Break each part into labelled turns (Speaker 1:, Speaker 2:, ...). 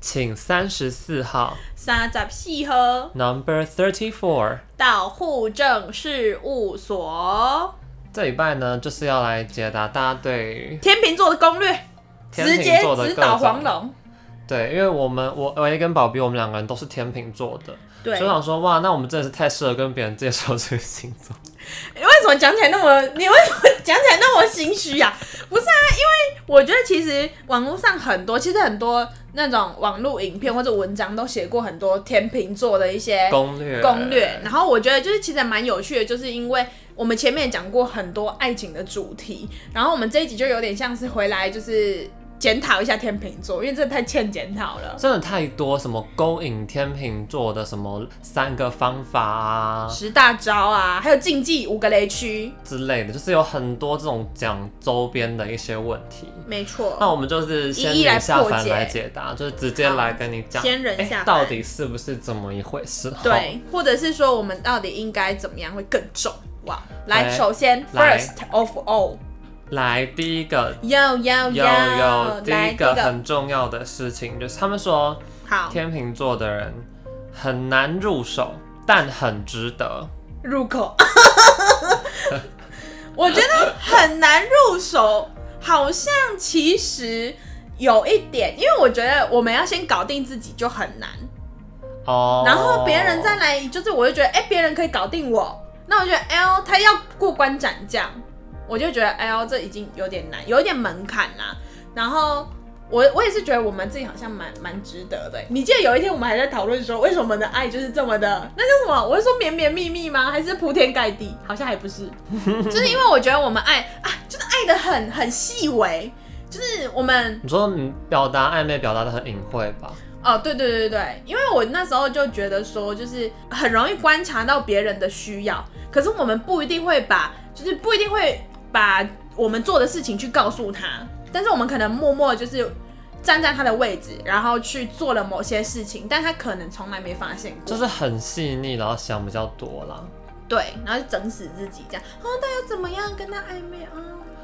Speaker 1: 请三十四号
Speaker 2: 三十四号
Speaker 1: Number Thirty Four
Speaker 2: 到户政事务所。
Speaker 1: 这礼拜呢，就是要来解答大家对于
Speaker 2: 天秤座的攻略，
Speaker 1: 天
Speaker 2: 直接
Speaker 1: 秤座的
Speaker 2: 指
Speaker 1: 各
Speaker 2: 导
Speaker 1: 种
Speaker 2: 黄龙。
Speaker 1: 对，因为我们我维跟宝碧我们两个人都是天秤座的，
Speaker 2: 对，
Speaker 1: 所以我想说哇，那我们真的是太适合跟别人介绍这个星座。
Speaker 2: 你为什么讲起来那么？你为什么讲起来那么心虚啊？不是啊，因为我觉得其实网络上很多，其实很多那种网络影片或者文章都写过很多天秤座的一些
Speaker 1: 攻略
Speaker 2: 哎攻略。然后我觉得就是其实蛮有趣的，就是因为我们前面也讲过很多爱情的主题，然后我们这一集就有点像是回来就是检讨一下天秤座，因为这太欠检讨了。
Speaker 1: 真的太多，什么勾引天秤座的什么三个方法啊
Speaker 2: 十大招啊，还有禁忌五个雷区，
Speaker 1: 之类的，就是有很多这种讲周边的一些问题。
Speaker 2: 没错。
Speaker 1: 那我们就是先
Speaker 2: 一一来
Speaker 1: 人下
Speaker 2: 破
Speaker 1: 凡
Speaker 2: 解
Speaker 1: 来解答，就是直接来跟你讲，
Speaker 2: 先人
Speaker 1: 哎
Speaker 2: 下凡
Speaker 1: 到底是不是怎么一回事？好，
Speaker 2: 对，或者是说我们到底应该怎么样会更重？哇，来，
Speaker 1: 来
Speaker 2: 首先
Speaker 1: 来
Speaker 2: first of all，
Speaker 1: 来第一个，
Speaker 2: 要要
Speaker 1: 有
Speaker 2: 要
Speaker 1: 有，第
Speaker 2: 来
Speaker 1: 一个
Speaker 2: 个
Speaker 1: 很重要的事情就是他们说
Speaker 2: 好
Speaker 1: 天秤座的人很难入手，但很值得。
Speaker 2: 入口， 我觉得很难入手，好像其实有一点，因为我觉得我们要先搞定自己就很难，
Speaker 1: 哦，
Speaker 2: 然后别人再来，就是我就觉得，哎、别人可以搞定我，那我觉得，哎呦，他要过关斩将，我就觉得，哎呦，这已经有点难，有一点门槛啦。然后我我也是觉得我们自己好像蛮蛮值得的欸。你记得有一天我们还在讨论说，为什么我们的爱就是这么的，那叫什么？我是说绵绵密密吗？还是铺天盖地？好像还不是，就是因为我觉得我们爱啊，就是爱的很很细微，就是我们
Speaker 1: 你说你表达暧昧表达的很隐晦吧？
Speaker 2: 哦，对对对对，因为我那时候就觉得说，就是很容易观察到别人的需要，可是我们不一定会把，就是不一定会把我们做的事情去告诉他，但是我们可能默默就是站在他的位置，然后去做了某些事情，但他可能从来没发现过，
Speaker 1: 就是很细腻，然后想比较多啦。
Speaker 2: 对，然后就整死自己这样，啊，他又怎么样跟他暧昧啊？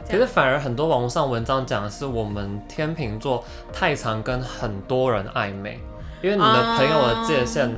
Speaker 2: 这
Speaker 1: 可
Speaker 2: 样
Speaker 1: 是反而很多网络上文章讲的是我们天秤座太常跟很多人暧昧，因为你的朋友的界限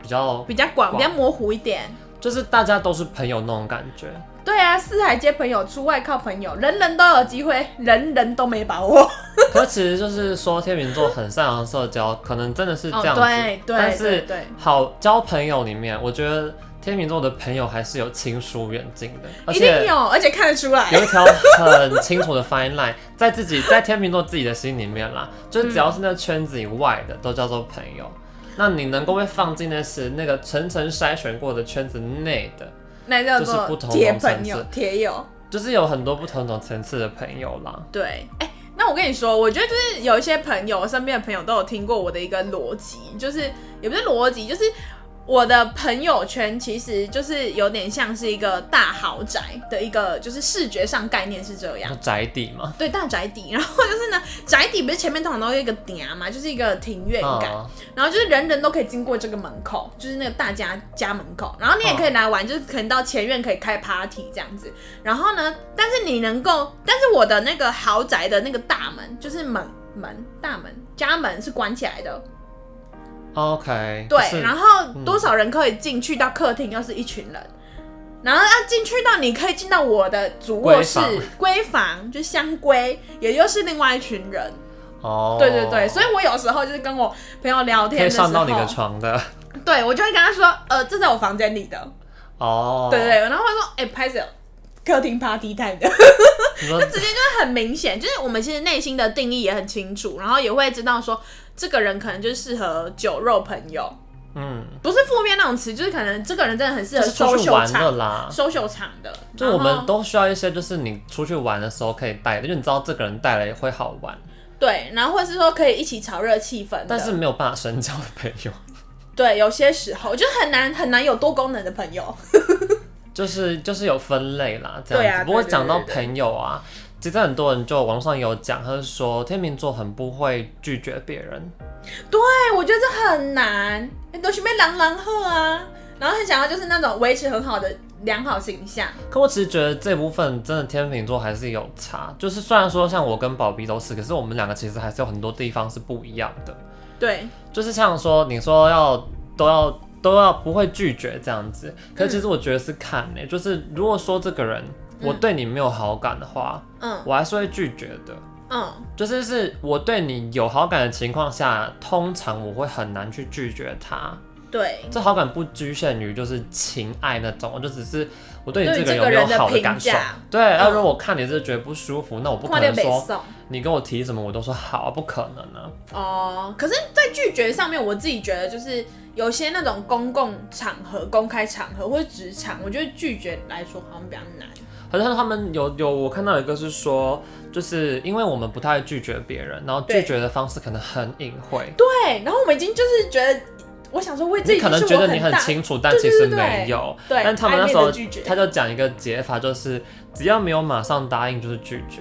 Speaker 1: 比较，
Speaker 2: 比较广，比
Speaker 1: 广
Speaker 2: 较模糊一点。
Speaker 1: 就是大家都是朋友那种感 觉。
Speaker 2: 对啊，四海皆朋友，出外靠朋友，人人都有机会，人人都没把握。
Speaker 1: 可是其实就是说天秤座很擅长社交，可能真的是这样子。
Speaker 2: 哦、对对，
Speaker 1: 但
Speaker 2: 对
Speaker 1: 是
Speaker 2: 对
Speaker 1: 好交朋友里面，我觉得天秤座的朋友还是有亲疏远近的，而
Speaker 2: 一定
Speaker 1: 且
Speaker 2: 有，而且看得出来。
Speaker 1: 有一条很清楚的 fine line，在自己在天秤座自己的心里面啦，就是只要是那圈子以外的，都叫做朋友。那你能够被放进的是那个层层筛选过的圈子内的，
Speaker 2: 那叫
Speaker 1: 就是
Speaker 2: 做
Speaker 1: 不同
Speaker 2: 铁
Speaker 1: 层
Speaker 2: 朋
Speaker 1: 次
Speaker 2: 友、铁友。
Speaker 1: 就是有很多不同种层次的朋友啦。
Speaker 2: 对，哎、那我跟你说，我觉得就是有一些朋友，我身边的朋友都有听过我的一个逻辑，就是也不是逻辑，就是我的朋友圈其实就是有点像是一个大豪宅的一个，就是视觉上概念是这样
Speaker 1: 那。宅邸嘛，
Speaker 2: 对大宅邸，然后就是呢，宅邸不是前面通常都有一个嗲嘛，就是一个庭院感，
Speaker 1: 啊
Speaker 2: 然后就是人人都可以经过这个门口，就是那个大家家门口，然后你也可以来玩，就是可能到前院可以开 party 这样子。然后呢，但是你能够，但是我的那个豪宅的那个大门，就是门门大门家门是关起来的，
Speaker 1: ，OK，就是
Speaker 2: 对。然后多少人可以进去到客厅，又是一群人。然后要进去到，你可以进到我的主卧室
Speaker 1: 闺
Speaker 2: 闺房，就香闺，也又是另外一群人。
Speaker 1: 哦，
Speaker 2: 对对对，所
Speaker 1: 以
Speaker 2: 以我有时候就是跟我朋友聊天
Speaker 1: 可以
Speaker 2: 的时候，
Speaker 1: 上到你的床的
Speaker 2: 对，我就会跟他说，呃，这在我房间里的，
Speaker 1: 哦，
Speaker 2: 对对，对，然后他说，哎、拍手，客厅 party time 的，
Speaker 1: 你说
Speaker 2: 直接就是很明显，就是我们其实内心的定义也很清楚，然后也会知道说，这个人可能就是适合酒肉朋友，
Speaker 1: 嗯，
Speaker 2: 不是负面那种词，就是可能这个人真的很适
Speaker 1: 就
Speaker 2: 合
Speaker 1: 是出去
Speaker 2: social
Speaker 1: 玩了
Speaker 2: 场
Speaker 1: 啦。
Speaker 2: ，social 场的，
Speaker 1: 就
Speaker 2: 然
Speaker 1: 我们
Speaker 2: 后
Speaker 1: 都需要一些，就是你出去玩的时候可以带的，因为你知道这个人带了也会好玩，
Speaker 2: 对，然后或是说可以一起炒热气氛的，
Speaker 1: 但是没有办法深交的朋友，
Speaker 2: 对，有些时候就很难很难有多功能的朋友，
Speaker 1: 就是就是有分类啦，这样
Speaker 2: 对
Speaker 1: 子。
Speaker 2: 啊
Speaker 1: 不过
Speaker 2: 对对
Speaker 1: 讲到
Speaker 2: 对对
Speaker 1: 朋友啊，其实很多人就网络上有讲，他是说天秤座很不会拒绝别人，
Speaker 2: 哎，我觉得这很难，都是被狼狼喝啊，然后很想要就是那种维持很好的良好形象。
Speaker 1: 可我其实觉得这部分真的天秤座还是有差，就是虽然说像我跟宝碧都是，可是我们两个其实还是有很多地方是不一样的。
Speaker 2: 对，
Speaker 1: 就是像说你说要都要都要不会拒绝这样子，可是其实我觉得是看呢、就是如果说这个人
Speaker 2: 嗯
Speaker 1: 我对你没有好感的话，
Speaker 2: 嗯
Speaker 1: 我还是会拒绝的。
Speaker 2: 嗯
Speaker 1: 就是是我对你有好感的情况下，通常我会很难去拒绝他。
Speaker 2: 对，
Speaker 1: 这好感不局限于就是情爱那种，我就只是我对你
Speaker 2: 对
Speaker 1: 这
Speaker 2: 你
Speaker 1: 个人有
Speaker 2: 这个
Speaker 1: 没有
Speaker 2: 人的
Speaker 1: 好的
Speaker 2: 评
Speaker 1: 感受
Speaker 2: 价。
Speaker 1: 对，那、
Speaker 2: 嗯
Speaker 1: 如果我看你是觉得不舒服，那我不可
Speaker 2: 看到
Speaker 1: 能
Speaker 2: 北
Speaker 1: 说
Speaker 2: 宋
Speaker 1: 你跟我提什么我都说好啊，不可能啊。
Speaker 2: 哦。可是，在拒绝上面，我自己觉得就是有些那种公共场合、公开场合或者职场，我觉得拒绝来说好像比较难。
Speaker 1: 好像他们有有我看到一个是说，就是因为我们不太拒绝别人，然后
Speaker 2: 对
Speaker 1: 拒绝的方式可能很隐晦，
Speaker 2: 对，然后我们已经就是觉得，我想说为这
Speaker 1: 你
Speaker 2: 已
Speaker 1: 可
Speaker 2: 经
Speaker 1: 能
Speaker 2: 是
Speaker 1: 觉
Speaker 2: 我
Speaker 1: 得你
Speaker 2: 很
Speaker 1: 很
Speaker 2: 大，
Speaker 1: 清楚，但
Speaker 2: 对
Speaker 1: 其
Speaker 2: 对
Speaker 1: 实
Speaker 2: 对
Speaker 1: 没有。
Speaker 2: 对，
Speaker 1: 但他们
Speaker 2: 暧
Speaker 1: 那
Speaker 2: 昧
Speaker 1: 时候
Speaker 2: 的拒绝，
Speaker 1: 他就讲一个解法，就是只要没有马上答应就是拒绝。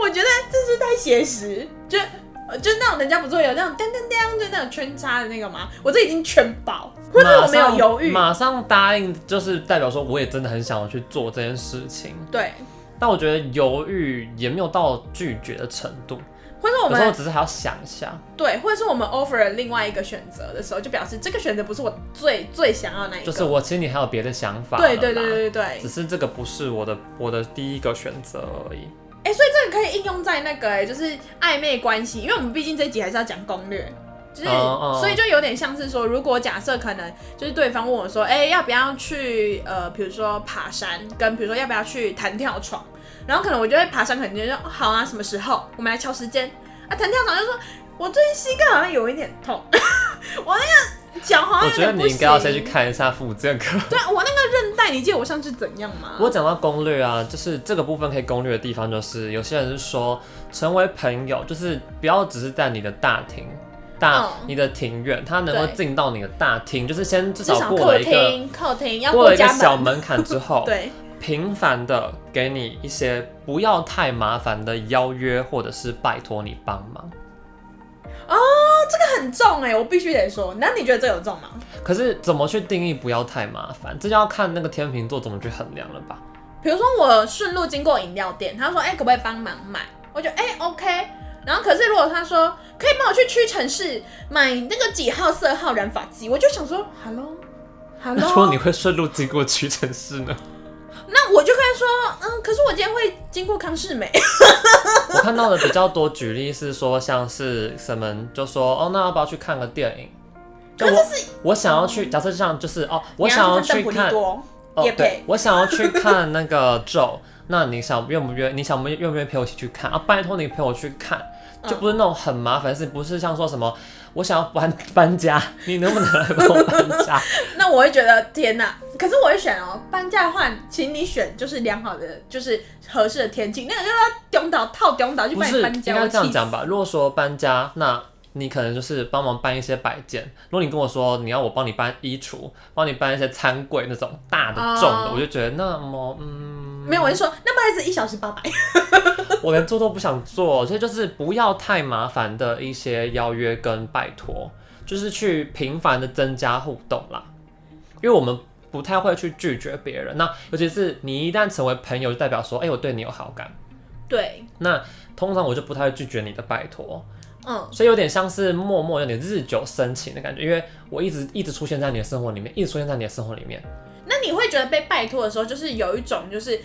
Speaker 2: 我觉得这是太写实，就就那种人家不是有那种噔噔噔，就那种圈叉的那个吗？我这已经全包，或者我没有犹豫，
Speaker 1: 马上马上答应就是代表说我也真的很想要去做这件事情。
Speaker 2: 对，
Speaker 1: 但我觉得犹豫也没有到拒绝的程度，
Speaker 2: 或者我
Speaker 1: 有时候
Speaker 2: 们
Speaker 1: 只是还要想一下。
Speaker 2: 对，或者是我们 offer 了另外一个选择的时候，就表示这个选择不是我最最想要的那一个，
Speaker 1: 就是我其实你还有别的想法，
Speaker 2: 对对对，对对对，
Speaker 1: 只是这个不是我的我的第一个选择而已。
Speaker 2: 哎、所以这个可以应用在那个、欸、就是暧昧关系，因为我们毕竟这一集还是要讲攻略，就是、
Speaker 1: 哦哦
Speaker 2: 所以就有点像是说，如果假设可能就是对方问我说，哎、要不要去呃，比如说爬山，跟比如说要不要去弹跳床，然后可能我就会爬山，可能就说、哦好啊，什么时候我们来敲时间啊，弹跳床就说我最近膝盖好像有一点痛， 我啊那个脚好像
Speaker 1: 我
Speaker 2: 有
Speaker 1: 觉得
Speaker 2: 点
Speaker 1: 你
Speaker 2: 不
Speaker 1: 应该要先去
Speaker 2: 行。
Speaker 1: 看一下附件科。
Speaker 2: 对啊，我那个韧带，你记得我上次怎样吗？
Speaker 1: 不过讲到攻略啊，就是这个部分可以攻略的地方，就是有些人是说成为朋友，就是不要只是在你的大厅。大、
Speaker 2: 嗯
Speaker 1: 你的庭院，它能够
Speaker 2: 对
Speaker 1: 进到你的大厅，就是先至
Speaker 2: 至
Speaker 1: 少
Speaker 2: 少
Speaker 1: 过
Speaker 2: 客
Speaker 1: 了一个
Speaker 2: 厅，客厅要
Speaker 1: 过了一个
Speaker 2: 家
Speaker 1: 小
Speaker 2: 门，
Speaker 1: 门槛之后，
Speaker 2: 对，
Speaker 1: 频繁的给你一些不要太麻烦的邀约，或者是拜托你帮忙。
Speaker 2: 哦很重哎、我必须得说。那你觉得这有重吗？
Speaker 1: 可是怎么去定义不要太麻烦，这就要看那个天秤座怎么去衡量了吧？
Speaker 2: 比如说我顺路经过饮料店，他说：“哎、可不可以帮忙买？”我就哎、OK。然后可是如果他说可以帮我去屈臣氏买那个几号色号染发剂，我就想说，hello。
Speaker 1: 那如果你
Speaker 2: Hello，
Speaker 1: 会顺路经过屈臣氏呢？
Speaker 2: 那我就跟他说，嗯，可是我今天会经过康世美，
Speaker 1: 我看到的比较多举例是说，像是什么就说哦，那要不要去看个电影？就
Speaker 2: 可是
Speaker 1: 我
Speaker 2: 这是
Speaker 1: 我想要去，假设像就是哦，我
Speaker 2: 你
Speaker 1: 想要
Speaker 2: 去
Speaker 1: 去
Speaker 2: 邓普利
Speaker 1: 看
Speaker 2: 多，
Speaker 1: 哦
Speaker 2: 业，
Speaker 1: 对
Speaker 2: 配，
Speaker 1: 我想要去看那个咒，那你想愿不愿？你想不愿不愿意陪我一起去看啊？拜托你陪我去看，就
Speaker 2: 嗯
Speaker 1: 不是那种很麻烦的事，不是像说什么我想要搬 搬家，你能不能来帮我搬家？
Speaker 2: 那我会觉得天哪！可是我会选哦，搬家的话，请你选就是良好的，就是合适的天气，那个就要丢倒套丢倒就
Speaker 1: 不
Speaker 2: 帮
Speaker 1: 是应
Speaker 2: 你搬家，
Speaker 1: 该
Speaker 2: 我
Speaker 1: 这样
Speaker 2: 气
Speaker 1: 讲吧？如果说搬家，那你可能就是帮忙搬一些摆件。如果你跟我说你要我帮你搬衣橱，帮你搬一些餐柜那种大的重的，
Speaker 2: 哦
Speaker 1: 我就觉得那么嗯，
Speaker 2: 没有，我就说那不好意思，一小时八百。
Speaker 1: 我连做都不想做，所以就是不要太麻烦的一些邀约跟拜托，就是去频繁的增加互动啦。因为我们不太会去拒绝别人，那尤其是你一旦成为朋友，就代表说，哎、我对你有好感。
Speaker 2: 对，
Speaker 1: 那通常我就不太会拒绝你的拜托，
Speaker 2: 嗯，
Speaker 1: 所以有点像是默默有点日久生情的感觉，因为我一直一直出现在你的生活里面，一直出现在你的生活里面。
Speaker 2: 那你会觉得被拜托的时候，就是有一种就是。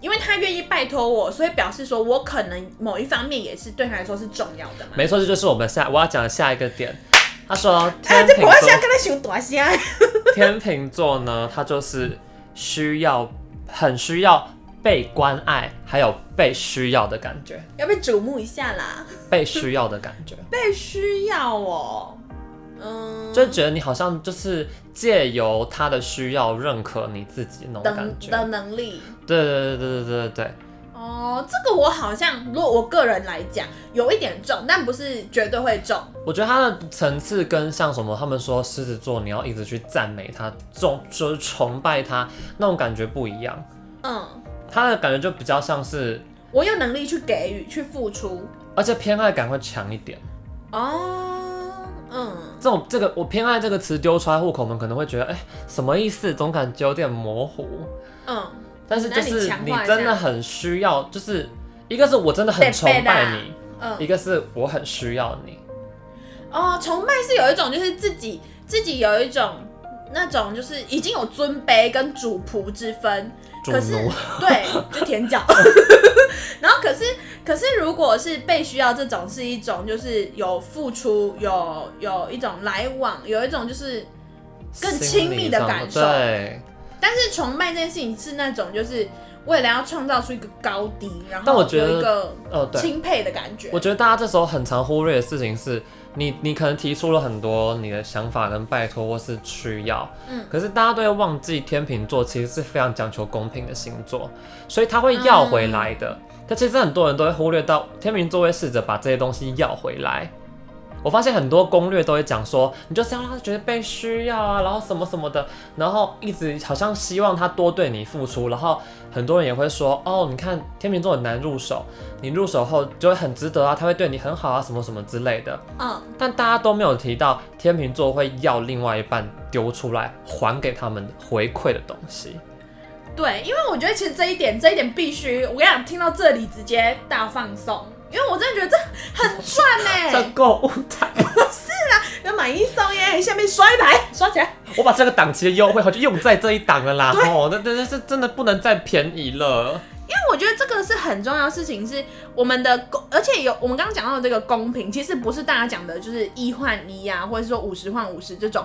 Speaker 2: 因为他愿意拜托我，所以表示说我可能某一方面也是对他来说是重要的嘛。
Speaker 1: 没错，这就是我们下我要讲的下一个点。他说，
Speaker 2: 哎、
Speaker 1: 天
Speaker 2: 这
Speaker 1: 秤
Speaker 2: 我
Speaker 1: 座
Speaker 2: 想跟他想大声。
Speaker 1: 天秤座呢，他就是需要很需要被关爱，还有被需要的感觉，
Speaker 2: 要被瞩目一下啦。
Speaker 1: 被需要的感觉，
Speaker 2: 被需要哦，嗯，
Speaker 1: 就觉得你好像就是借由他的需要认可你自己那种
Speaker 2: 等
Speaker 1: 感觉。
Speaker 2: 的能力。
Speaker 1: 对对对对对对对，
Speaker 2: 哦，这个我好像，如果我个人来讲，有一点重，但不是绝对会重。
Speaker 1: 我觉得他的层次跟像什么，他们说狮子座你要一直去赞美他，重就是崇拜他那种感觉不一样，
Speaker 2: 嗯，
Speaker 1: 他的感觉就比较像是，呃
Speaker 2: 我有能力去给予、去付出。
Speaker 1: 而且偏爱感会强一点。
Speaker 2: 哦，嗯，
Speaker 1: 这种这个我偏爱这个词丢出来，户口们可能会觉得，哎、什么意思？总感觉有点模糊。
Speaker 2: 嗯，
Speaker 1: 但是就
Speaker 2: 那你
Speaker 1: 是
Speaker 2: 强化
Speaker 1: 你
Speaker 2: 一下
Speaker 1: 真的很需要，就是一个是我真的很崇拜你，
Speaker 2: 嗯嗯
Speaker 1: 一个是我很需要你，
Speaker 2: 哦，崇拜是有一种，就是自己自己有一种那种，就是已经有尊卑跟主仆之分，
Speaker 1: 主
Speaker 2: 可是
Speaker 1: 奴
Speaker 2: 对，就 舔脚。然后可是可是，如果是被需要这种，是一种就是有付出，有有一种来往，有一种就是。更亲密的感
Speaker 1: 心
Speaker 2: 受
Speaker 1: 理上对，
Speaker 2: 但是崇拜这件事情是那种，就是为了要创造出一个高低，然
Speaker 1: 但
Speaker 2: 后
Speaker 1: 我觉得
Speaker 2: 有一个
Speaker 1: 呃，对，
Speaker 2: 钦佩的感觉
Speaker 1: 我。觉得大家这时候很常忽略的事情是，你你可能提出了很多你的想法跟拜托或是需要，
Speaker 2: 嗯
Speaker 1: 可是大家都会忘记天秤座其实是非常讲求公平的星座，所以他会要回来的。但其实很多人都会忽略到天秤座会试着把这些东西要回来。我发现很多攻略都会讲说，你就是要让他觉得被需要啊，然后什么什么的，然后一直好像希望他多对你付出，然后很多人也会说，哦，你看天秤座很难入手，你入手后就会很值得啊，他会对你很好啊，什么什么之类的。
Speaker 2: 嗯，
Speaker 1: 但大家都没有提到天秤座会要另外一半丢出来还给他们回馈的东西。
Speaker 2: 对，因为我觉得其实这一点，这一点必须，我跟你讲，听到这里直接大放送，因为我真的觉得这很赚 哎、
Speaker 1: 在购物台，
Speaker 2: 要买一送一，下面刷一排，刷起来。
Speaker 1: 我把这个档期的优惠我就用在这一档了啦。哦，那那那是真的不能再便宜了。
Speaker 2: 因为我觉得这个是很重要的事情，是我们的公，而且有我们刚刚讲到的这个公平，其实不是大家讲的就是一换一啊，或者说五十换五十这种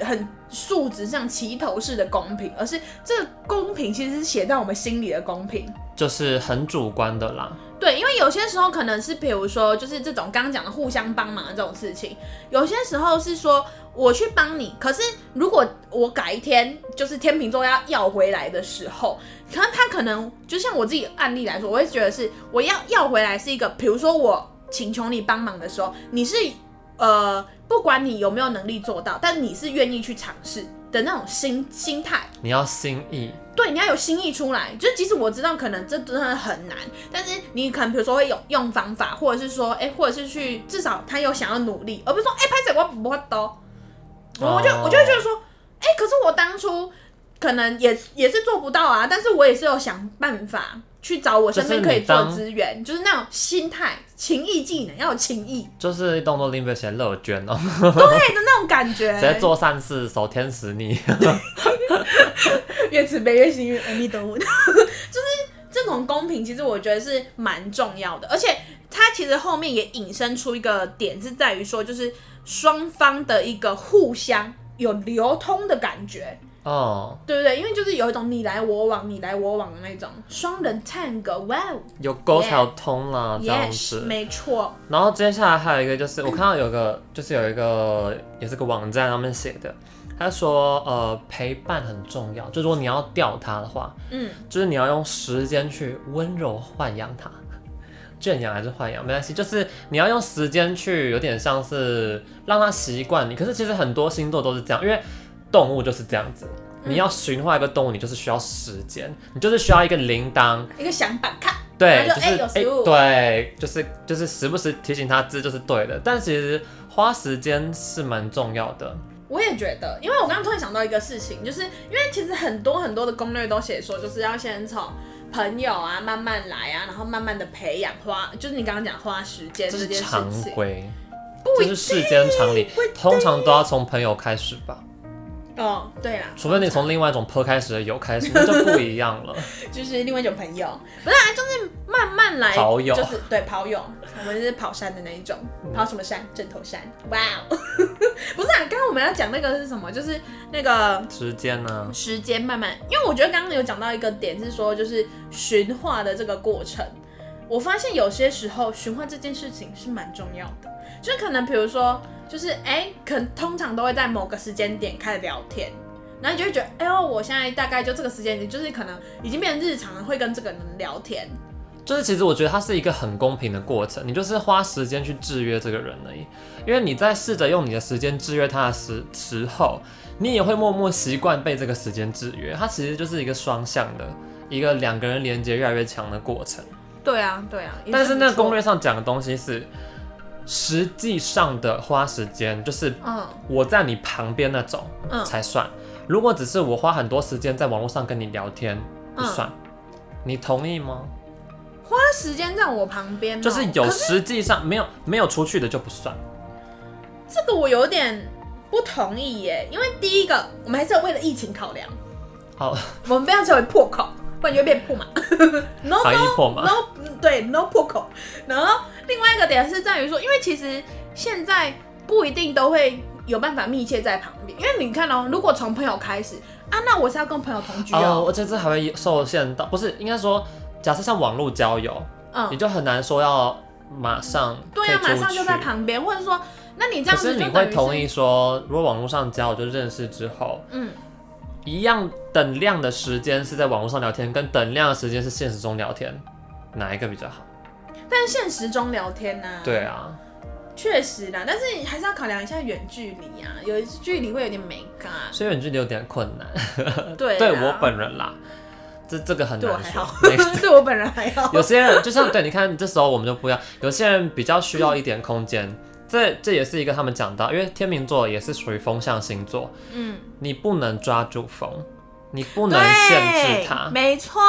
Speaker 2: 很数值上齐头式的公平，而是这个公平其实是写在我们心里的公平。
Speaker 1: 就是很主观的啦，
Speaker 2: 对，因为有些时候可能是，比如说，就是这种刚刚讲的互相帮忙的这种事情，有些时候是说我去帮你，可是如果我改一天就是天秤座要要回来的时候，可能他可能就像我自己案例来说，我会觉得是我要要回来是一个，比如说我请求你帮忙的时候，你是呃，不管你有没有能力做到，但你是愿意去尝试的那种心心态。
Speaker 1: 你要心意，
Speaker 2: 对，你要有心意出来。就是即使我知道可能这真的很难，但是你可能比如说会有用方法，或者是说，哎、或者是去至少他有想要努力，而不是说，哎、拍谁我不会刀。
Speaker 1: 哦
Speaker 2: 哦我我就我就会觉得说，哎、可是我当初可能也也是做不到啊，但是我也是有想办法去找我身边可以做的资源，就是那种心态、情谊技能，要有情谊，
Speaker 1: 就是动作 l i m 写乐捐哦，
Speaker 2: 对的那种感觉
Speaker 1: 直。接做善事，守天使你。
Speaker 2: 越慈悲越幸运，阿弥陀佛。 就是这种公平，其实我觉得是蛮重要的，而且它其实后面也引申出一个点，是在于说，就是双方的一个互相有流通的感觉，
Speaker 1: 哦，
Speaker 2: 对不对？因为就是有一种你来我往，你来我往的那种双人探戈，哇哦
Speaker 1: 有沟才有通啦，这样子。
Speaker 2: ，yes，没错，
Speaker 1: 然后接下来还有一个就是，我看到有个 就是有一个也是个网站上面写的，他说呃陪伴很重要，就如果你要钓它的话，
Speaker 2: 嗯，
Speaker 1: 就是你要用时间去温柔豢养它，圈养还是豢养没关系，就是你要用时间去有点像是让它习惯你。可是其实很多星座都是这样，因为动物就是这样子。你要驯化一个动物，你就是需要时间，你就是需要一个铃铛，
Speaker 2: 一个想法看，
Speaker 1: 对，
Speaker 2: 然
Speaker 1: 就
Speaker 2: 后就是哎有食物
Speaker 1: 对，就是就是时不时提醒他这就是对的，但其实花时间是蛮重要的。
Speaker 2: 我也觉得，因为我刚刚突然想到一个事情，就是因为其实很多很多的攻略都写说，就是要先从朋友啊慢慢来啊，然后慢慢的培养花，就是你刚刚讲花时间
Speaker 1: 这
Speaker 2: 这
Speaker 1: 是
Speaker 2: 件事
Speaker 1: 常
Speaker 2: 情。
Speaker 1: 规，
Speaker 2: 不
Speaker 1: 这
Speaker 2: 一
Speaker 1: 是世间常理，通常都要从朋友开始吧，
Speaker 2: 哦，对啦，
Speaker 1: 除非你从另外一种坡开始的友开始，那就不一样了。
Speaker 2: 就是另外一种朋友，不是、啊，就是慢慢来，
Speaker 1: 跑友嗯
Speaker 2: 就是对跑友，我们是跑山的那一种，跑什么山？枕头山，哇、哦， 不是啊，刚刚我们要讲那个是什么？就是那个
Speaker 1: 时间啊呢、
Speaker 2: 时间慢慢，因为我觉得刚刚有讲到一个点是说，就是驯化的这个过程，我发现有些时候驯化这件事情是蛮重要的，就是可能比如说，就是哎、可能通常都会在某个时间点开始聊天。然后你就会觉得，哎呦，我现在大概就这个时间点，就是可能已经变成日常了，会跟这个人聊天。
Speaker 1: 就是其实我觉得它是一个很公平的过程，你就是花时间去制约这个人而已，因为你在试着用你的时间制约他的时时候，你也会默默习惯被这个时间制约，它其实就是一个双向的，一个两个人连接越来越强的过程。
Speaker 2: 对啊，对啊。也
Speaker 1: 但是那
Speaker 2: 不错
Speaker 1: 攻略，上讲的东西是实际上的花时间，就是
Speaker 2: 嗯
Speaker 1: 我在你旁边那种
Speaker 2: 嗯
Speaker 1: 才算。如果只是我花很多时间在网络上跟你聊天，不
Speaker 2: 嗯
Speaker 1: 算。你同意吗？
Speaker 2: 花时间在我旁边哦、
Speaker 1: 就是有
Speaker 2: 可是
Speaker 1: 实际上没有没有出去的就不算。
Speaker 2: 这个我有点不同意耶，因为第一个我们还是要为了疫情考量，
Speaker 1: 好，
Speaker 2: 我们不要成为破口，不然就会变 破嘛。no
Speaker 1: 防疫破嘛
Speaker 2: no，no，对 no 破口。然后另外一个点是在于说，因为其实现在不一定都会有办法密切在旁边，因为你看哦、如果从朋友开始啊，那我是要跟朋友同居
Speaker 1: 哦，
Speaker 2: 哦、
Speaker 1: 而且这还会受限到，不是应该说，假设像网络交友，哦你
Speaker 2: 嗯，
Speaker 1: 就很难说要啊马上可
Speaker 2: 对
Speaker 1: 以
Speaker 2: 呀、
Speaker 1: 出去。
Speaker 2: 马上就在旁边，或者说，那你这
Speaker 1: 可
Speaker 2: 样子
Speaker 1: 是
Speaker 2: 就
Speaker 1: 你
Speaker 2: 等于
Speaker 1: 会同意说，如果网络上交友就认识之后，
Speaker 2: 嗯，
Speaker 1: 一样等量的时间是在网络上聊天，跟等量的时间是现实中聊天，哪一个比较好？
Speaker 2: 但现实中聊天呢、啊，
Speaker 1: 对啊，
Speaker 2: 确实啦，但是你还是要考量一下远距离啊，有一些距离会有点美感。啊
Speaker 1: 所以远距离有点困难。
Speaker 2: 对啊啦，
Speaker 1: 呃对啊我本人啦，这这个很
Speaker 2: 对我
Speaker 1: 难
Speaker 2: 还
Speaker 1: 说
Speaker 2: 好。
Speaker 1: 没
Speaker 2: 对我本人还 好。
Speaker 1: 有些人就像对，你看这时候我们就不一样，有些人比较需要一点空间，这这也是一个他们讲到，因为天秤座也是属于风象星座，
Speaker 2: 嗯，
Speaker 1: 你不能抓住风，你不
Speaker 2: 不
Speaker 1: 能限制它，
Speaker 2: 没错，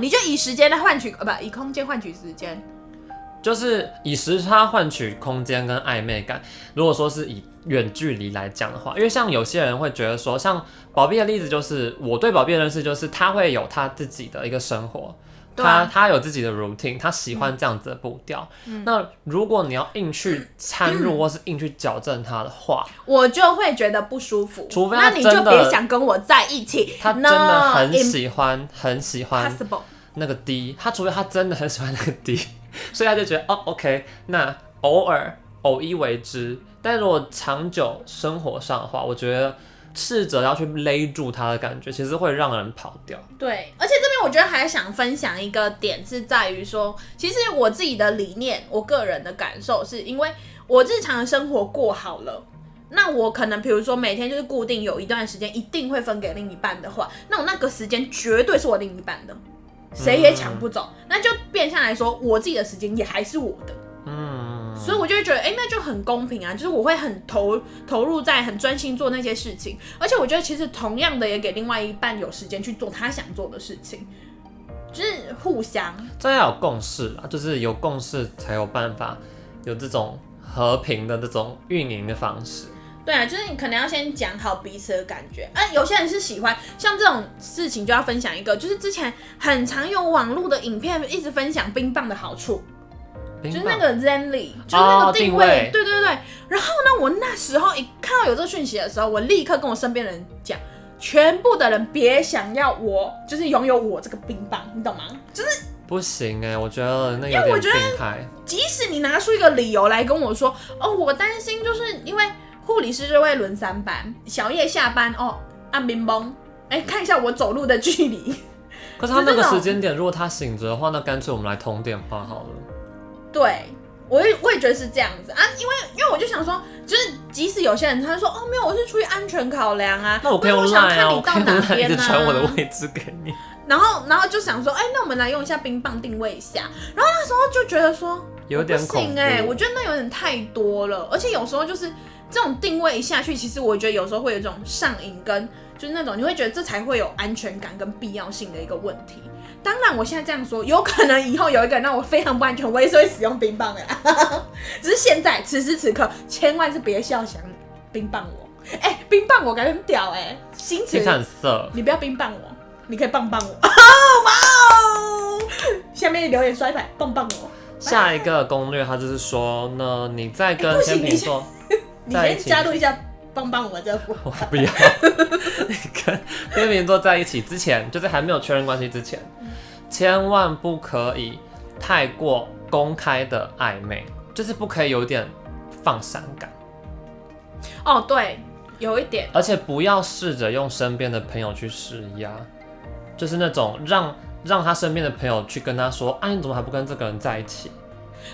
Speaker 2: 你就以时间来换取，呃，不，以空间换取时间。
Speaker 1: 就是以时差换取空间跟暧昧感。如果说是以远距离来讲的话，因为像有些人会觉得说，像宝贝的例子就是，我对宝贝的认识就是他会有他自己的一个生活。
Speaker 2: 对
Speaker 1: 他
Speaker 2: 啊嗯
Speaker 1: 他有自己的 routine，他喜欢这样子的步调。那如果你要硬去掺 入或是硬去矫正他的话，
Speaker 2: 我就会觉得不舒服，
Speaker 1: 除非
Speaker 2: 那
Speaker 1: 他
Speaker 2: 你就
Speaker 1: 真的
Speaker 2: 别想跟我在一起。
Speaker 1: 他真的很
Speaker 2: No,
Speaker 1: 喜欢很喜欢
Speaker 2: impossible。
Speaker 1: 那个 D，他除非他真的很喜欢那个 D，所以他 就觉得哦，OK，那偶尔偶一为之，但如果长久生活上的话，我觉得试着要去勒住他的感觉，其实会让人跑掉。
Speaker 2: 对，而且这边我觉得还想分享一个点是在于说，其实我自己的理念，我个人的感受是因为我日常的生活过好了。那我可能，比如说每天就是固定有一段时间一定会分给另一半的话，那我那个时间绝对是我另一半的，谁也抢不走。那就变相来说，我自己的时间也还是我的。
Speaker 1: 嗯，
Speaker 2: 所以我就会觉得，哎、那就很公平啊，就是我会很投投入在很专心做那些事情，而且我觉得其实同样的也给另外一半有时间去做他想做的事情，就是互相。
Speaker 1: 这要有共识啊，就是有共识才有办法有这种和平的这种运营的方式。
Speaker 2: 对啊，就是你可能要先讲好彼此的感觉。啊，有些人是喜欢像这种事情，就要分享一个，就是之前很常有网络的影片一直分享冰棒的好处，
Speaker 1: 就
Speaker 2: 就是那个 Zenly，就是那个
Speaker 1: 哦
Speaker 2: 定
Speaker 1: 定
Speaker 2: 位，
Speaker 1: 位
Speaker 2: 对对对。然后呢，我那时候一看到有这个讯息的时候，我立刻跟我身边的人讲，全部的人别想要我，就是拥有我这个冰棒，你懂吗？就是
Speaker 1: 不行哎、我觉得那有点
Speaker 2: 我觉得
Speaker 1: 病态。
Speaker 2: 即使你拿出一个理由来跟我说，哦，我担心就是因为护理师就会轮三班，小夜下班哦，按冰崩，哎，看一下我走路的距离。
Speaker 1: 可是他那
Speaker 2: 就
Speaker 1: 个
Speaker 2: 这种
Speaker 1: 时间点，如果他醒着的话，那干脆我们来通电话好了。
Speaker 2: 对，我也我也觉得是这样子啊，因为因为我就想说，就是即使有些人他就说哦没有，我是出于安全考量啊，
Speaker 1: 那我可以用
Speaker 2: 或者想
Speaker 1: Line 啊，
Speaker 2: 看
Speaker 1: 我
Speaker 2: 你
Speaker 1: 可以用 Line 一
Speaker 2: 到哪边
Speaker 1: 直
Speaker 2: 呢、
Speaker 1: 传我的位置给 你。
Speaker 2: 然后然后就想说，哎、那我们来用一下冰棒定位一下。然后那时候就觉得说
Speaker 1: 有点
Speaker 2: 不
Speaker 1: 恐
Speaker 2: 行
Speaker 1: 怖
Speaker 2: 哎、我觉得那有点太多了，而且有时候就是这种定位一下去，其实我觉得有时候会有一种上瘾跟。就是那种你会觉得这才会有安全感跟必要性的一个问题。当然，我现在这样说，有可能以后有一个人让我非常不安全，我也是会使用冰棒的啦。 只是现在此时此刻，千万是别笑想冰棒我。哎、冰棒我感觉很屌哎、新词
Speaker 1: 听起来很色，
Speaker 2: 你不要冰棒我，你可以棒棒我。 哇哦！下面留言摔牌，棒棒我。
Speaker 1: 下一个攻略，他就是说呢，你在
Speaker 2: 哎
Speaker 1: 跟
Speaker 2: 不行
Speaker 1: 天秤座，
Speaker 2: 你
Speaker 1: 在一
Speaker 2: 先
Speaker 1: 起
Speaker 2: 加入一下棒棒我这副。
Speaker 1: 我 不要，你跟天秤座在一起之前，就是还没有确认关系之前，
Speaker 2: 嗯
Speaker 1: 千万不可以太过公开的暧昧，就是不可以有点放闪感，
Speaker 2: 哦，对，有一点，
Speaker 1: 而且不要试着用身边的朋友去施压，就是那种让让他身边的朋友去跟他说，啊，你怎么还不跟这个人在一起？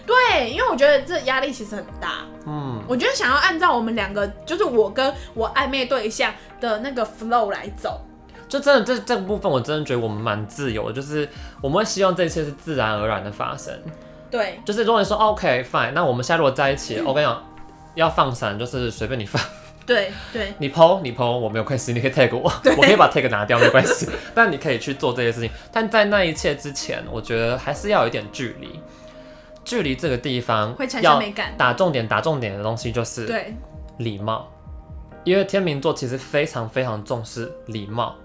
Speaker 2: 对，因为我觉得这压力其实很大。
Speaker 1: 嗯，
Speaker 2: 我觉得想要按照我们两个，就是我跟我暧昧对象的那个 flow 来走。
Speaker 1: 就真的这这个部分，我真的觉得我们蛮自由的，就是我们会希望这一切是自然而然的发生。
Speaker 2: 对，
Speaker 1: 哦就是如果你说 OK fine，那我们现在如果在一起，我跟你讲，要放闪就是随便你放，
Speaker 2: 对对，
Speaker 1: 你剖你剖，我没有关系，你可以 tag 我，我可以把 tag 拿掉，没关系。 但你可以去做这些事情，但在那一切之前，我觉得还是要有一点距离。距离这个地方
Speaker 2: 会产生
Speaker 1: 要
Speaker 2: 美感
Speaker 1: 打重点，打重点的东西就是
Speaker 2: 对，
Speaker 1: 礼貌，因为天秤座其实非常非常重视礼貌。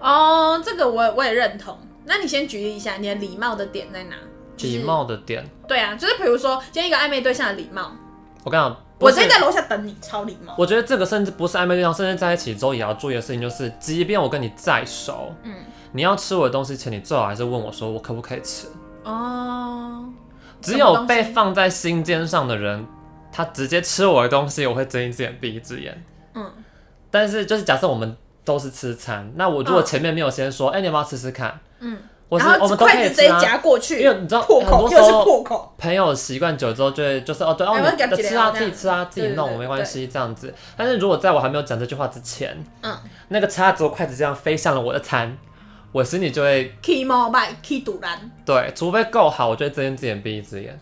Speaker 2: 哦，这个我我也认同。那你先举例一下你的礼貌的点在哪？就是
Speaker 1: 礼。貌的点，
Speaker 2: 对啊，就是比如说今天一个暧昧对象的礼貌，
Speaker 1: 我跟你讲，不
Speaker 2: 我
Speaker 1: 是
Speaker 2: 今天在楼下等你，超礼貌。
Speaker 1: 我觉得这个甚至不是暧昧对象，甚至在一起之后也要注意的事情就是，即便我跟你再熟，
Speaker 2: 嗯，
Speaker 1: 你要吃我的东西前，你最好还是问我说我可不可以吃。
Speaker 2: 哦，
Speaker 1: 只有被放在心尖上的人，他直接吃我的东西，我会睁一只眼闭一只眼。
Speaker 2: 嗯，
Speaker 1: 但是就是假设我们都是吃餐，那我如果
Speaker 2: 嗯
Speaker 1: 前面没有先说，哎、你要不要吃吃看？
Speaker 2: 嗯，
Speaker 1: 我是
Speaker 2: 然
Speaker 1: 我
Speaker 2: 后
Speaker 1: 们都可
Speaker 2: 筷
Speaker 1: 以
Speaker 2: 子直
Speaker 1: 吃
Speaker 2: 接
Speaker 1: 啊。
Speaker 2: 夹过去，
Speaker 1: 因为你知道
Speaker 2: 破
Speaker 1: 很多
Speaker 2: 口
Speaker 1: 时
Speaker 2: 又是
Speaker 1: 候
Speaker 2: 破口，
Speaker 1: 朋友习惯久了之后，就会就是哦，对哦，
Speaker 2: 哎我夹
Speaker 1: 你
Speaker 2: 起来
Speaker 1: 吃啊，
Speaker 2: 哦这
Speaker 1: 自
Speaker 2: 样
Speaker 1: 己吃啊，自己
Speaker 2: 对对
Speaker 1: 弄
Speaker 2: 对
Speaker 1: 没关系这样子。但是如果在我还没有讲这句话之前，
Speaker 2: 嗯
Speaker 1: 那个叉子或筷子这样飞向了我的餐，我心里就会
Speaker 2: ，key more by key 堵拦，
Speaker 1: 对，除非够好，我就会睁一只眼闭一只眼，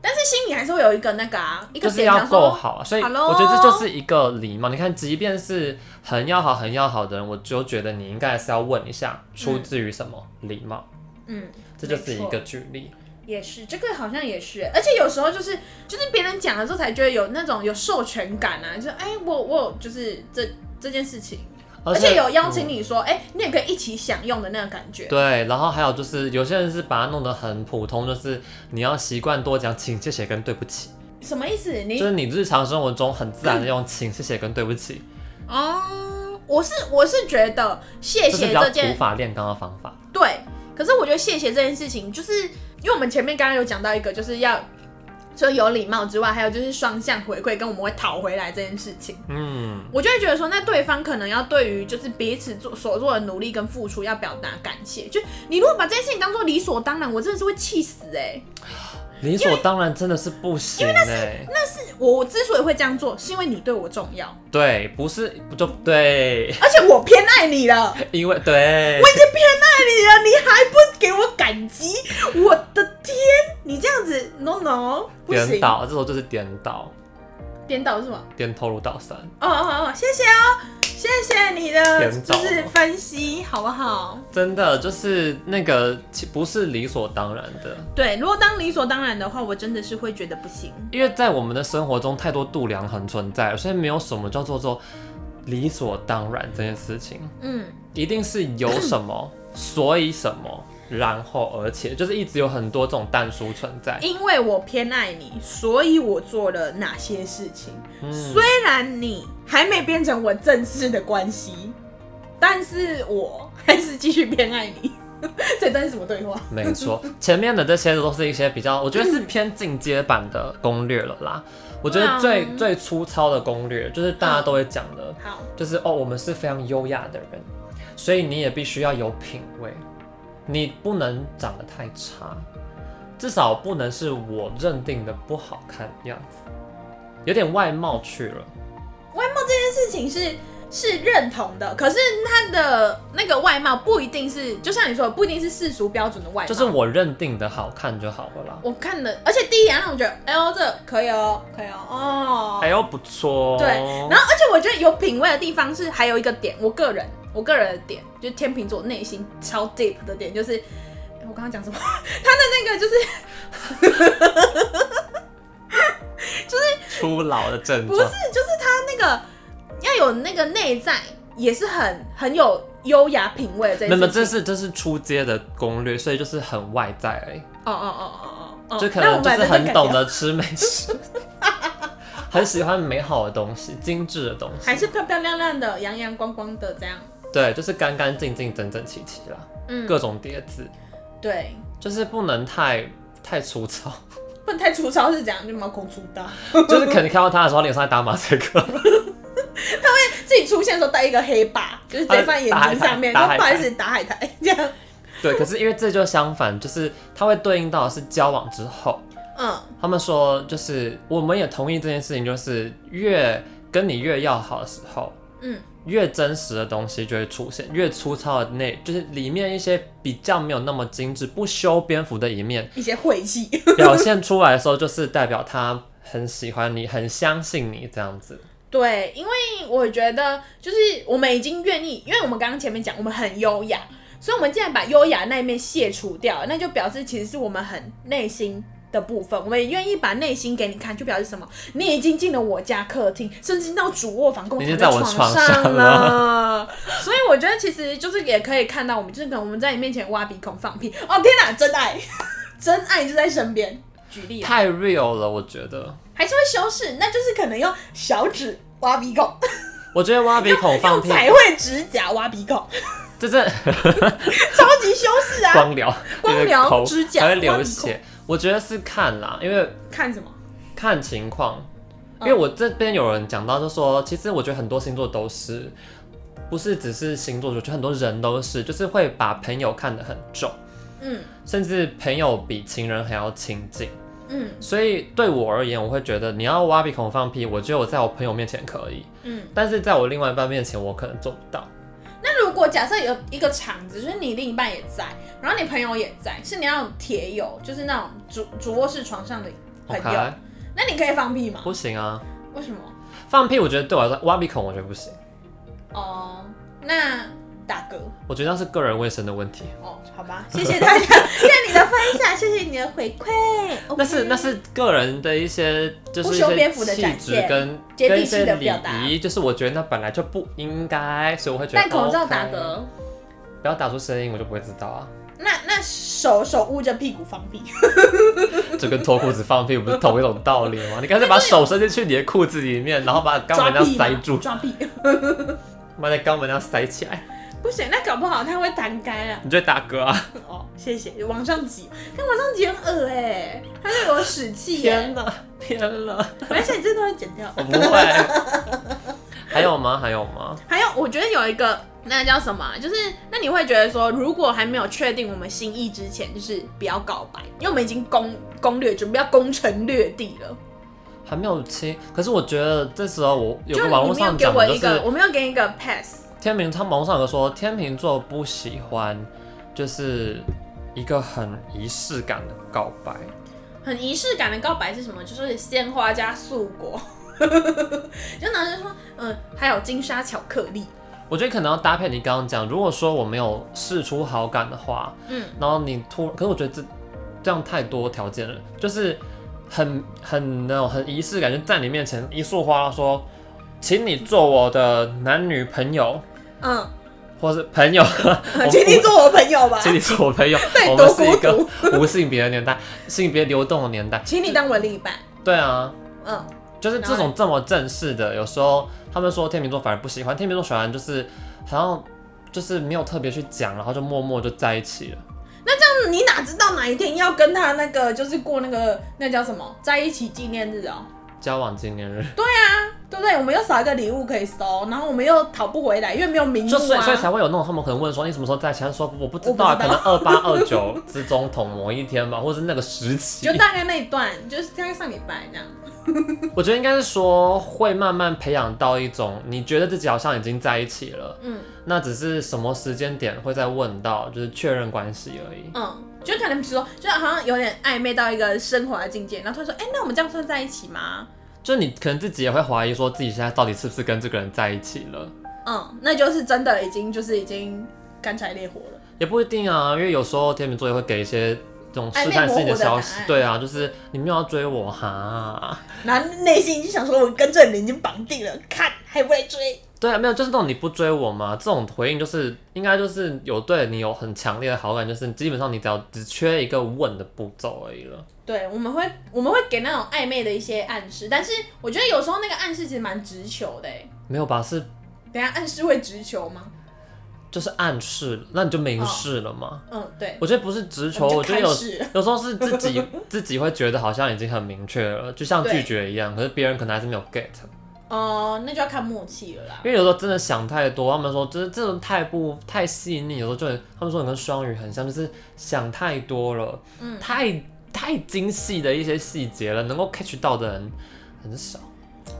Speaker 2: 但是心里还是会有一个那个啊，一
Speaker 1: 就
Speaker 2: 个
Speaker 1: 是
Speaker 2: 点
Speaker 1: 要
Speaker 2: 想
Speaker 1: 够
Speaker 2: 说，
Speaker 1: 好啊。所以
Speaker 2: “Hello？”
Speaker 1: 我觉得这就是一个礼貌。你看，即便是很要好、很要好的人，我就觉得你应该还是要问一下，出自于什么礼貌，
Speaker 2: 嗯，
Speaker 1: 这就是一
Speaker 2: 没
Speaker 1: 个
Speaker 2: 错
Speaker 1: 举例。
Speaker 2: 也是，这个好像也是，而且有时候就是就是别人讲了之后才觉得有那种有授权感啊，就是哎、我我有就是这这件事情，而且有邀请
Speaker 1: 嗯
Speaker 2: 你说，哎、你也可以一起享用的那个感觉，
Speaker 1: 对，然后还有就是，有些人是把它弄得很普通，就是你要习惯多讲请、谢谢跟对不起，
Speaker 2: 什么意思？你
Speaker 1: 就是你日常生活中很自然的用请、谢谢跟对不起，
Speaker 2: 嗯哦，我是我是觉得谢
Speaker 1: 这是
Speaker 2: 谢
Speaker 1: 比较
Speaker 2: 这
Speaker 1: 土
Speaker 2: 件
Speaker 1: 法炼钢的方法。
Speaker 2: 对，可是我觉得谢谢这件事情，就是因为我们前面刚刚有讲到一个，就是要除了有礼貌之外，还有就是双向回馈，跟我们会讨回来这件事情，
Speaker 1: 嗯，
Speaker 2: 我就会觉得说，那对方可能要对于就是彼此做所做的努力跟付出要表达感谢。就你如果把这件事情当做理所当然，我真的是会气死哎、
Speaker 1: 理所当然真的是不行哎、
Speaker 2: 我我之所以会这样做，是因为你对我重要，
Speaker 1: 对，不是不就对，
Speaker 2: 而且我偏爱你了，我
Speaker 1: 因为对，
Speaker 2: 已经偏爱你了，你还不给我感激，我的天！你这样子，no no，不
Speaker 1: 颠
Speaker 2: 行，
Speaker 1: 倒，这时候就是颠倒，
Speaker 2: 颠倒是什么？
Speaker 1: 颠头如倒三，
Speaker 2: 哦哦哦，谢谢哦，谢谢你的
Speaker 1: 点
Speaker 2: 就
Speaker 1: 到
Speaker 2: 是分析，好不好？
Speaker 1: 真的就是那个其不是理所当然的，
Speaker 2: 对，如果当理所当然的话，我真的是会觉得不行。
Speaker 1: 因为在我们的生活中太多度量衡存在了，所以没有什么叫做做理所当然这件事情，
Speaker 2: 嗯，
Speaker 1: 一定是有什么，所以什么，然后而且就是一直有很多这种淡书存在。
Speaker 2: 因为我偏爱你，所以我做了哪些事情。
Speaker 1: 嗯，
Speaker 2: 虽然你还没变成我正式的关系，但是我还是继续偏爱你。 这段是什么对话？
Speaker 1: 没错，前面的这些都是一些比较，我觉得是偏进阶版的攻略了啦。我觉得最、
Speaker 2: 嗯
Speaker 1: 最粗糙的攻略就是大家都会讲的，
Speaker 2: 好，
Speaker 1: 就是哦，我们是非常优雅的人，所以你也必须要有品味，你不能长得太差，至少不能是我认定的不好看的样子，有点外貌去了。
Speaker 2: 事情是是认同的，可是他的那个外貌不一定是，就像你说，的，不一定是世俗标准的外貌。
Speaker 1: 就是我认定的好看就好了啦。
Speaker 2: 我看了，而且第一眼让我觉得，哎呦，这可以哦，可以哦，哦。
Speaker 1: 哎呦，不错哦。
Speaker 2: 对然后，而且我觉得有品味的地方是，还有一个点，我个人，我个人的点，就是天秤座内心超 deep 的点，就是哎我刚刚讲什么？ 他的那个就是
Speaker 1: 初老的症
Speaker 2: 不是
Speaker 1: 状，，
Speaker 2: 就是他那个要有那个内在，也是很很有优雅品味的这一
Speaker 1: 那么这
Speaker 2: 件事情
Speaker 1: 是这是初阶的攻略，所以就是很外在而已。
Speaker 2: 哦哦哦哦哦哦，
Speaker 1: 就可
Speaker 2: 那我
Speaker 1: 能
Speaker 2: 们
Speaker 1: 就
Speaker 2: 把
Speaker 1: 是
Speaker 2: 这段
Speaker 1: 很
Speaker 2: 改
Speaker 1: 懂
Speaker 2: 掉
Speaker 1: 得吃美食， 很喜欢美好的东西、精致的东
Speaker 2: 还
Speaker 1: 西，
Speaker 2: 是漂漂亮亮的、阳阳光光的这样。
Speaker 1: 对，就是干干净净、整整齐齐啦，
Speaker 2: 嗯，
Speaker 1: 各种叠字，
Speaker 2: 对，
Speaker 1: 就是不能太太粗糙，
Speaker 2: 不能太粗糙是怎样，就毛孔粗大。
Speaker 1: 就是可能看到他的时候，脸上在打马赛克，
Speaker 2: 自己出现的时候带一个黑把，就是直接放在眼睛上面，
Speaker 1: 打
Speaker 2: 说
Speaker 1: 海
Speaker 2: 不好
Speaker 1: 苔
Speaker 2: 意思，打海苔这样。
Speaker 1: 对。可是因为这就相反，就是它会对应到的是交往之后，
Speaker 2: 嗯，
Speaker 1: 他们说就是我们也同意这件事情，就是越跟你越要好的时候，
Speaker 2: 嗯，
Speaker 1: 越真实的东西就会出现，越粗糙的内就是里面一些比较没有那么精致、不修边幅的一面
Speaker 2: 一些晦气。
Speaker 1: 表现出来的时候，就是代表他很喜欢你，很相信你这样子。
Speaker 2: 对，因为我觉得就是我们已经愿意，因为我们刚刚前面讲我们很优雅，所以我们既然把优雅那一面卸除掉，那就表示其实是我们很内心的部分，我们也愿意把内心给你看，就表示什么？你已经进了我家客厅，甚至到主卧房，跟我
Speaker 1: 你
Speaker 2: 躺
Speaker 1: 就在我床
Speaker 2: 床
Speaker 1: 上
Speaker 2: 了。 所以我觉得其实就是也可以看到，我们就是可能我们在你面前挖鼻孔放屁，哦天哪，真爱， 真爱就在身边。举例啊，
Speaker 1: 太 real 了，我觉得。
Speaker 2: 还是会修饰，那就是可能用小指挖鼻孔。
Speaker 1: 我觉得挖鼻孔放
Speaker 2: 用
Speaker 1: 屁，
Speaker 2: 彩绘指甲挖鼻孔，
Speaker 1: 这这
Speaker 2: 超级修饰啊！
Speaker 1: 光疗，
Speaker 2: 光
Speaker 1: 你的
Speaker 2: 疗
Speaker 1: 口
Speaker 2: 指甲
Speaker 1: 还会
Speaker 2: 挖
Speaker 1: 流
Speaker 2: 鼻
Speaker 1: 血。我觉得是看啦，因为
Speaker 2: 看什么？
Speaker 1: 看情况，因
Speaker 2: 嗯
Speaker 1: 为我这边有人讲到，就说其实我觉得很多星座都是，不是只是星座，我觉得很多人都是，就是会把朋友看得很重，
Speaker 2: 嗯
Speaker 1: 甚至朋友比情人还要亲近。
Speaker 2: 嗯
Speaker 1: 所以对我而言，我会觉得你要挖鼻孔放屁，我觉得我在我朋友面前可以，
Speaker 2: 嗯。
Speaker 1: 但是在我另外一半面前，我可能做不到。
Speaker 2: 那如果假设有一个场子，就是你另一半也在，然后你朋友也在，是你那种铁友，就是那种主主卧室床上的朋
Speaker 1: OK，
Speaker 2: 友，那你可以放屁吗？
Speaker 1: 不行啊，
Speaker 2: 为什么？
Speaker 1: 放屁我觉得对我来说，挖鼻孔我觉得不行，
Speaker 2: 哦、那打嗝。
Speaker 1: 我觉得那是个人卫生的问题。
Speaker 2: 哦，好 吧，谢谢大家，谢谢你的分享，谢谢你的回馈。
Speaker 1: 那是那是个人的一些，就是
Speaker 2: 不
Speaker 1: 一
Speaker 2: 修边
Speaker 1: 些
Speaker 2: 幅的
Speaker 1: 气
Speaker 2: 展
Speaker 1: 质
Speaker 2: 现
Speaker 1: 跟
Speaker 2: 接
Speaker 1: 跟一
Speaker 2: 地气
Speaker 1: 些
Speaker 2: 的
Speaker 1: 礼
Speaker 2: 表达
Speaker 1: 仪，就是我觉得那本来就不应该，所以我会觉得
Speaker 2: 戴口罩
Speaker 1: OK
Speaker 2: 打，嗝，
Speaker 1: 哦不要打出声音，我就不会知道啊。
Speaker 2: 那那手手捂着屁股放屁。
Speaker 1: 就跟脱裤子放屁不是同一种道理吗？你干脆把手伸进去你的裤子里面，然后把肛
Speaker 2: 抓
Speaker 1: 门那
Speaker 2: 屁
Speaker 1: 塞
Speaker 2: 嘛
Speaker 1: 住，
Speaker 2: 抓屁，
Speaker 1: 把那肛门那塞起来，
Speaker 2: 不行，那搞不好它会弹开啊。
Speaker 1: 你就会打嗝啊！
Speaker 2: 哦，谢谢，往上挤，但往上挤很恶哎、它就有屎气
Speaker 1: 天
Speaker 2: 耶、
Speaker 1: 哪，偏了，
Speaker 2: 而且这都会剪掉。
Speaker 1: 我不会。 还有吗？还有吗？
Speaker 2: 还有，我觉得有一个那叫什么啊，就是那你会觉得说，如果还没有确定我们心意之前，就是不要告白，因为我们已经攻攻略，准备要攻城略地了。
Speaker 1: 还没有亲，可是我觉得这时候我有
Speaker 2: 就
Speaker 1: 个网络
Speaker 2: 你没有
Speaker 1: 上
Speaker 2: 给
Speaker 1: 讲
Speaker 2: 我
Speaker 1: 的就
Speaker 2: 一个，
Speaker 1: 是
Speaker 2: 我没有给你一个 pass。
Speaker 1: 天秤，他网上有说天秤座不喜欢就是一个很仪式感的告白，
Speaker 2: 很仪式感的告白是什么？就是鲜花加素果， 就男生说，嗯，还有金沙巧克力，
Speaker 1: 我觉得可能要搭配你刚刚讲，如果说我没有试出好感的话，
Speaker 2: 嗯，
Speaker 1: 然后你突，可是我觉得这这样太多条件了，就是很很那种很仪式感，就在你面前一束花说，请你做我的男女朋友，
Speaker 2: 嗯，
Speaker 1: 或是朋友，我们
Speaker 2: 请你，做我 朋友吧，，
Speaker 1: 请你做我朋友
Speaker 2: 对
Speaker 1: 我们是一
Speaker 2: 多
Speaker 1: 个 无性别的年代，性别流动的年代，
Speaker 2: 请你当我另一半，
Speaker 1: 对啊，
Speaker 2: 嗯，
Speaker 1: 就是这种这么正式的，有时候他们说天秤座反而不喜欢，天秤座喜欢就是好像就是没有特别去讲，然后就默默就在一起了。
Speaker 2: 嗯你哪知道哪一天要跟他那个就是过那个那叫什么在一起纪念日哦、
Speaker 1: 交往纪念日，
Speaker 2: 对不啊对？我们又少一个礼物可以收，然后我们又讨不回来，因为没有名目
Speaker 1: 就所以所以
Speaker 2: 啊。
Speaker 1: 才会有那种他们可能问说你什么时候在一起，他就说我不知
Speaker 2: 我不
Speaker 1: 道啊，
Speaker 2: 知道
Speaker 1: 可能二八二九之中同某一天吧，或是那个时期
Speaker 2: 就。大概那一段，就是大概上礼拜这样。
Speaker 1: 我觉得应该是说会慢慢培养到一种你觉得自己好像已经在一起了，
Speaker 2: 嗯
Speaker 1: 那只是什么时间点会再问到，就是确认关系而已。
Speaker 2: 嗯，就可能比如说，就好像有点暧昧到一个升华的境界，然后他说：“哎、那我们这样算在一起吗
Speaker 1: 就你可能自己也会怀疑说自己现在到底是不是跟这个人在一起了。？”
Speaker 2: 嗯，那就是真的已经就是已经干柴烈火了。
Speaker 1: 也不一定啊，因为有时候天秤座也会给一些这种试探性消息
Speaker 2: 暧昧模糊的答案。
Speaker 1: 对啊，就是你没有要追我哈。
Speaker 2: 然后内心已经想说：“我跟这人已经绑定了，看还不来追。
Speaker 1: 对啊，没有，就是那种你不追我嘛，这种回应就是应该就是有对你有很强烈的好感，就是基本上你只要只缺一个问的步骤而已了。”
Speaker 2: 对，我们会我们会给那种暧昧的一些暗示，但是我觉得有时候那个暗示其实蛮直球的、欸。
Speaker 1: 没有吧？是
Speaker 2: 等一下暗示会直球吗？
Speaker 1: 就是暗示了，那你就明示了嘛。
Speaker 2: 嗯，对，
Speaker 1: 我觉得不是直球，
Speaker 2: 哦我
Speaker 1: 我
Speaker 2: 们
Speaker 1: 觉
Speaker 2: 就
Speaker 1: 得有
Speaker 2: 开始
Speaker 1: 有时候是自 己自己会觉得好像已经很明确了，就像
Speaker 2: 对
Speaker 1: 拒绝一样，可是别人可能还是没有 get。
Speaker 2: 哦、那就要看默契了啦。
Speaker 1: 因为有时候真的想太多，他们说就是这种太不太细腻，有时候就很他们说你跟双鱼很像，就是想太多了，
Speaker 2: 嗯
Speaker 1: 太太精细的一些细节了，能够 catch 到的人很少。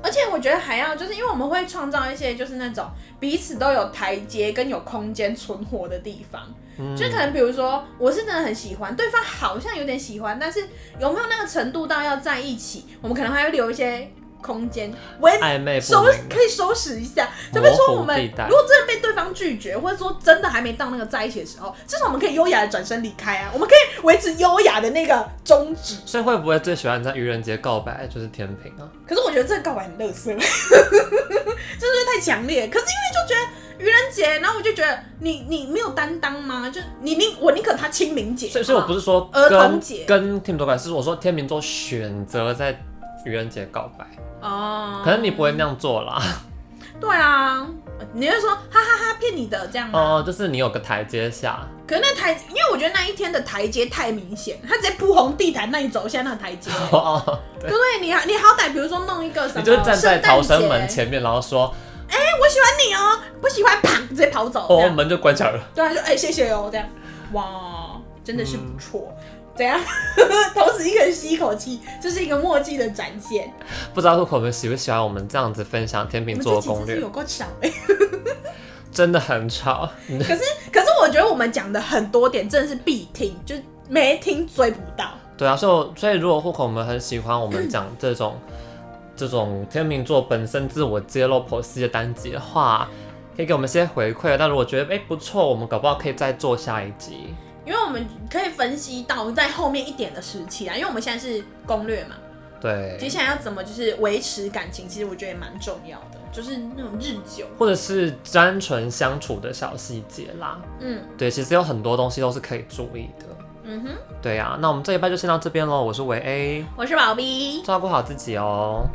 Speaker 2: 而且我觉得还要就是因为我们会创造一些就是那种彼此都有台阶跟有空间存活的地方，
Speaker 1: 嗯
Speaker 2: 就可能比如说我是真的很喜欢对方，好像有点喜欢，但是有没有那个程度到要在一起，我们可能还会留一些空间，为
Speaker 1: 暧昧哎不
Speaker 2: 收
Speaker 1: 明
Speaker 2: 可以收拾一下。咱们说我
Speaker 1: 模糊
Speaker 2: 们
Speaker 1: 地带
Speaker 2: 如果真的被对方拒绝，或者说真的还没到那个在一起的时候，至少我们可以优雅的转身离开啊，我们可以维持优雅的那个宗旨。
Speaker 1: 所以会不会最喜欢在愚人节告白就是天平啊？
Speaker 2: 可是我觉得这个告白很乐色， 就是太强烈。可是因为就觉得愚人节，然后我就觉得你你没有担当吗？就你宁我宁可他清明节，
Speaker 1: 所以所以我不
Speaker 2: 是
Speaker 1: 是说
Speaker 2: 儿童
Speaker 1: 跟
Speaker 2: 节
Speaker 1: 跟天秤座告白，是我说天秤座选择在愚人节告白，
Speaker 2: 哦，
Speaker 1: 可能你不会那样做啦。
Speaker 2: 对啊，你会说哈哈哈骗你的这样吗？
Speaker 1: 哦，就是你有个台阶下，
Speaker 2: 可是那台，因为我觉得那一天的台阶太明显，他直接铺红地毯那你走下那个台阶，
Speaker 1: 哦， 对
Speaker 2: 对，不对？你你好歹比如说弄一个什么，
Speaker 1: 你就是站在逃生
Speaker 2: 圣
Speaker 1: 门
Speaker 2: 诞节，
Speaker 1: 前面，然后说
Speaker 2: 哎、我喜欢你哦，不喜欢，啪，直接跑走，这
Speaker 1: 哦
Speaker 2: 样
Speaker 1: 门就关起来了，
Speaker 2: 对，他说哎、谢谢哦，这样，哇，真的是
Speaker 1: 嗯
Speaker 2: 不错，怎样？ 同时一个人吸一口气，这是一个默契的展现。
Speaker 1: 不知道会我们喜不喜欢我们这样子分享天
Speaker 2: 我
Speaker 1: 秤
Speaker 2: 们
Speaker 1: 座
Speaker 2: 这
Speaker 1: 的
Speaker 2: 集
Speaker 1: 攻
Speaker 2: 真是
Speaker 1: 略
Speaker 2: 有，够少哎、
Speaker 1: 真的很吵，
Speaker 2: 可是 可是我觉得我们讲的很多点真的是必听，就没听追不到。
Speaker 1: 对啊，所以我所以如果户口我们很喜欢我们讲这种这种天秤座本身自我揭露剖析的单集的话，可以给我们一些回馈。但如果觉得哎、诶不错，我们搞不好可以再做下一集。
Speaker 2: 因为我们可以分析到在后面一点的时期啊，因为我们现在是攻略嘛，接
Speaker 1: 对，
Speaker 2: 下来要怎么就是维持感情，其实我觉得也蛮重要的，就是那种日久，
Speaker 1: 或者是单纯相处的小细节啦。
Speaker 2: 嗯
Speaker 1: 对，其实有很多东西都是可以注意的。
Speaker 2: 嗯哼，
Speaker 1: 对啊，那我们这一拜就先到这边喽。我是维 A，
Speaker 2: 我是宝 B，
Speaker 1: 照顾好自己哦。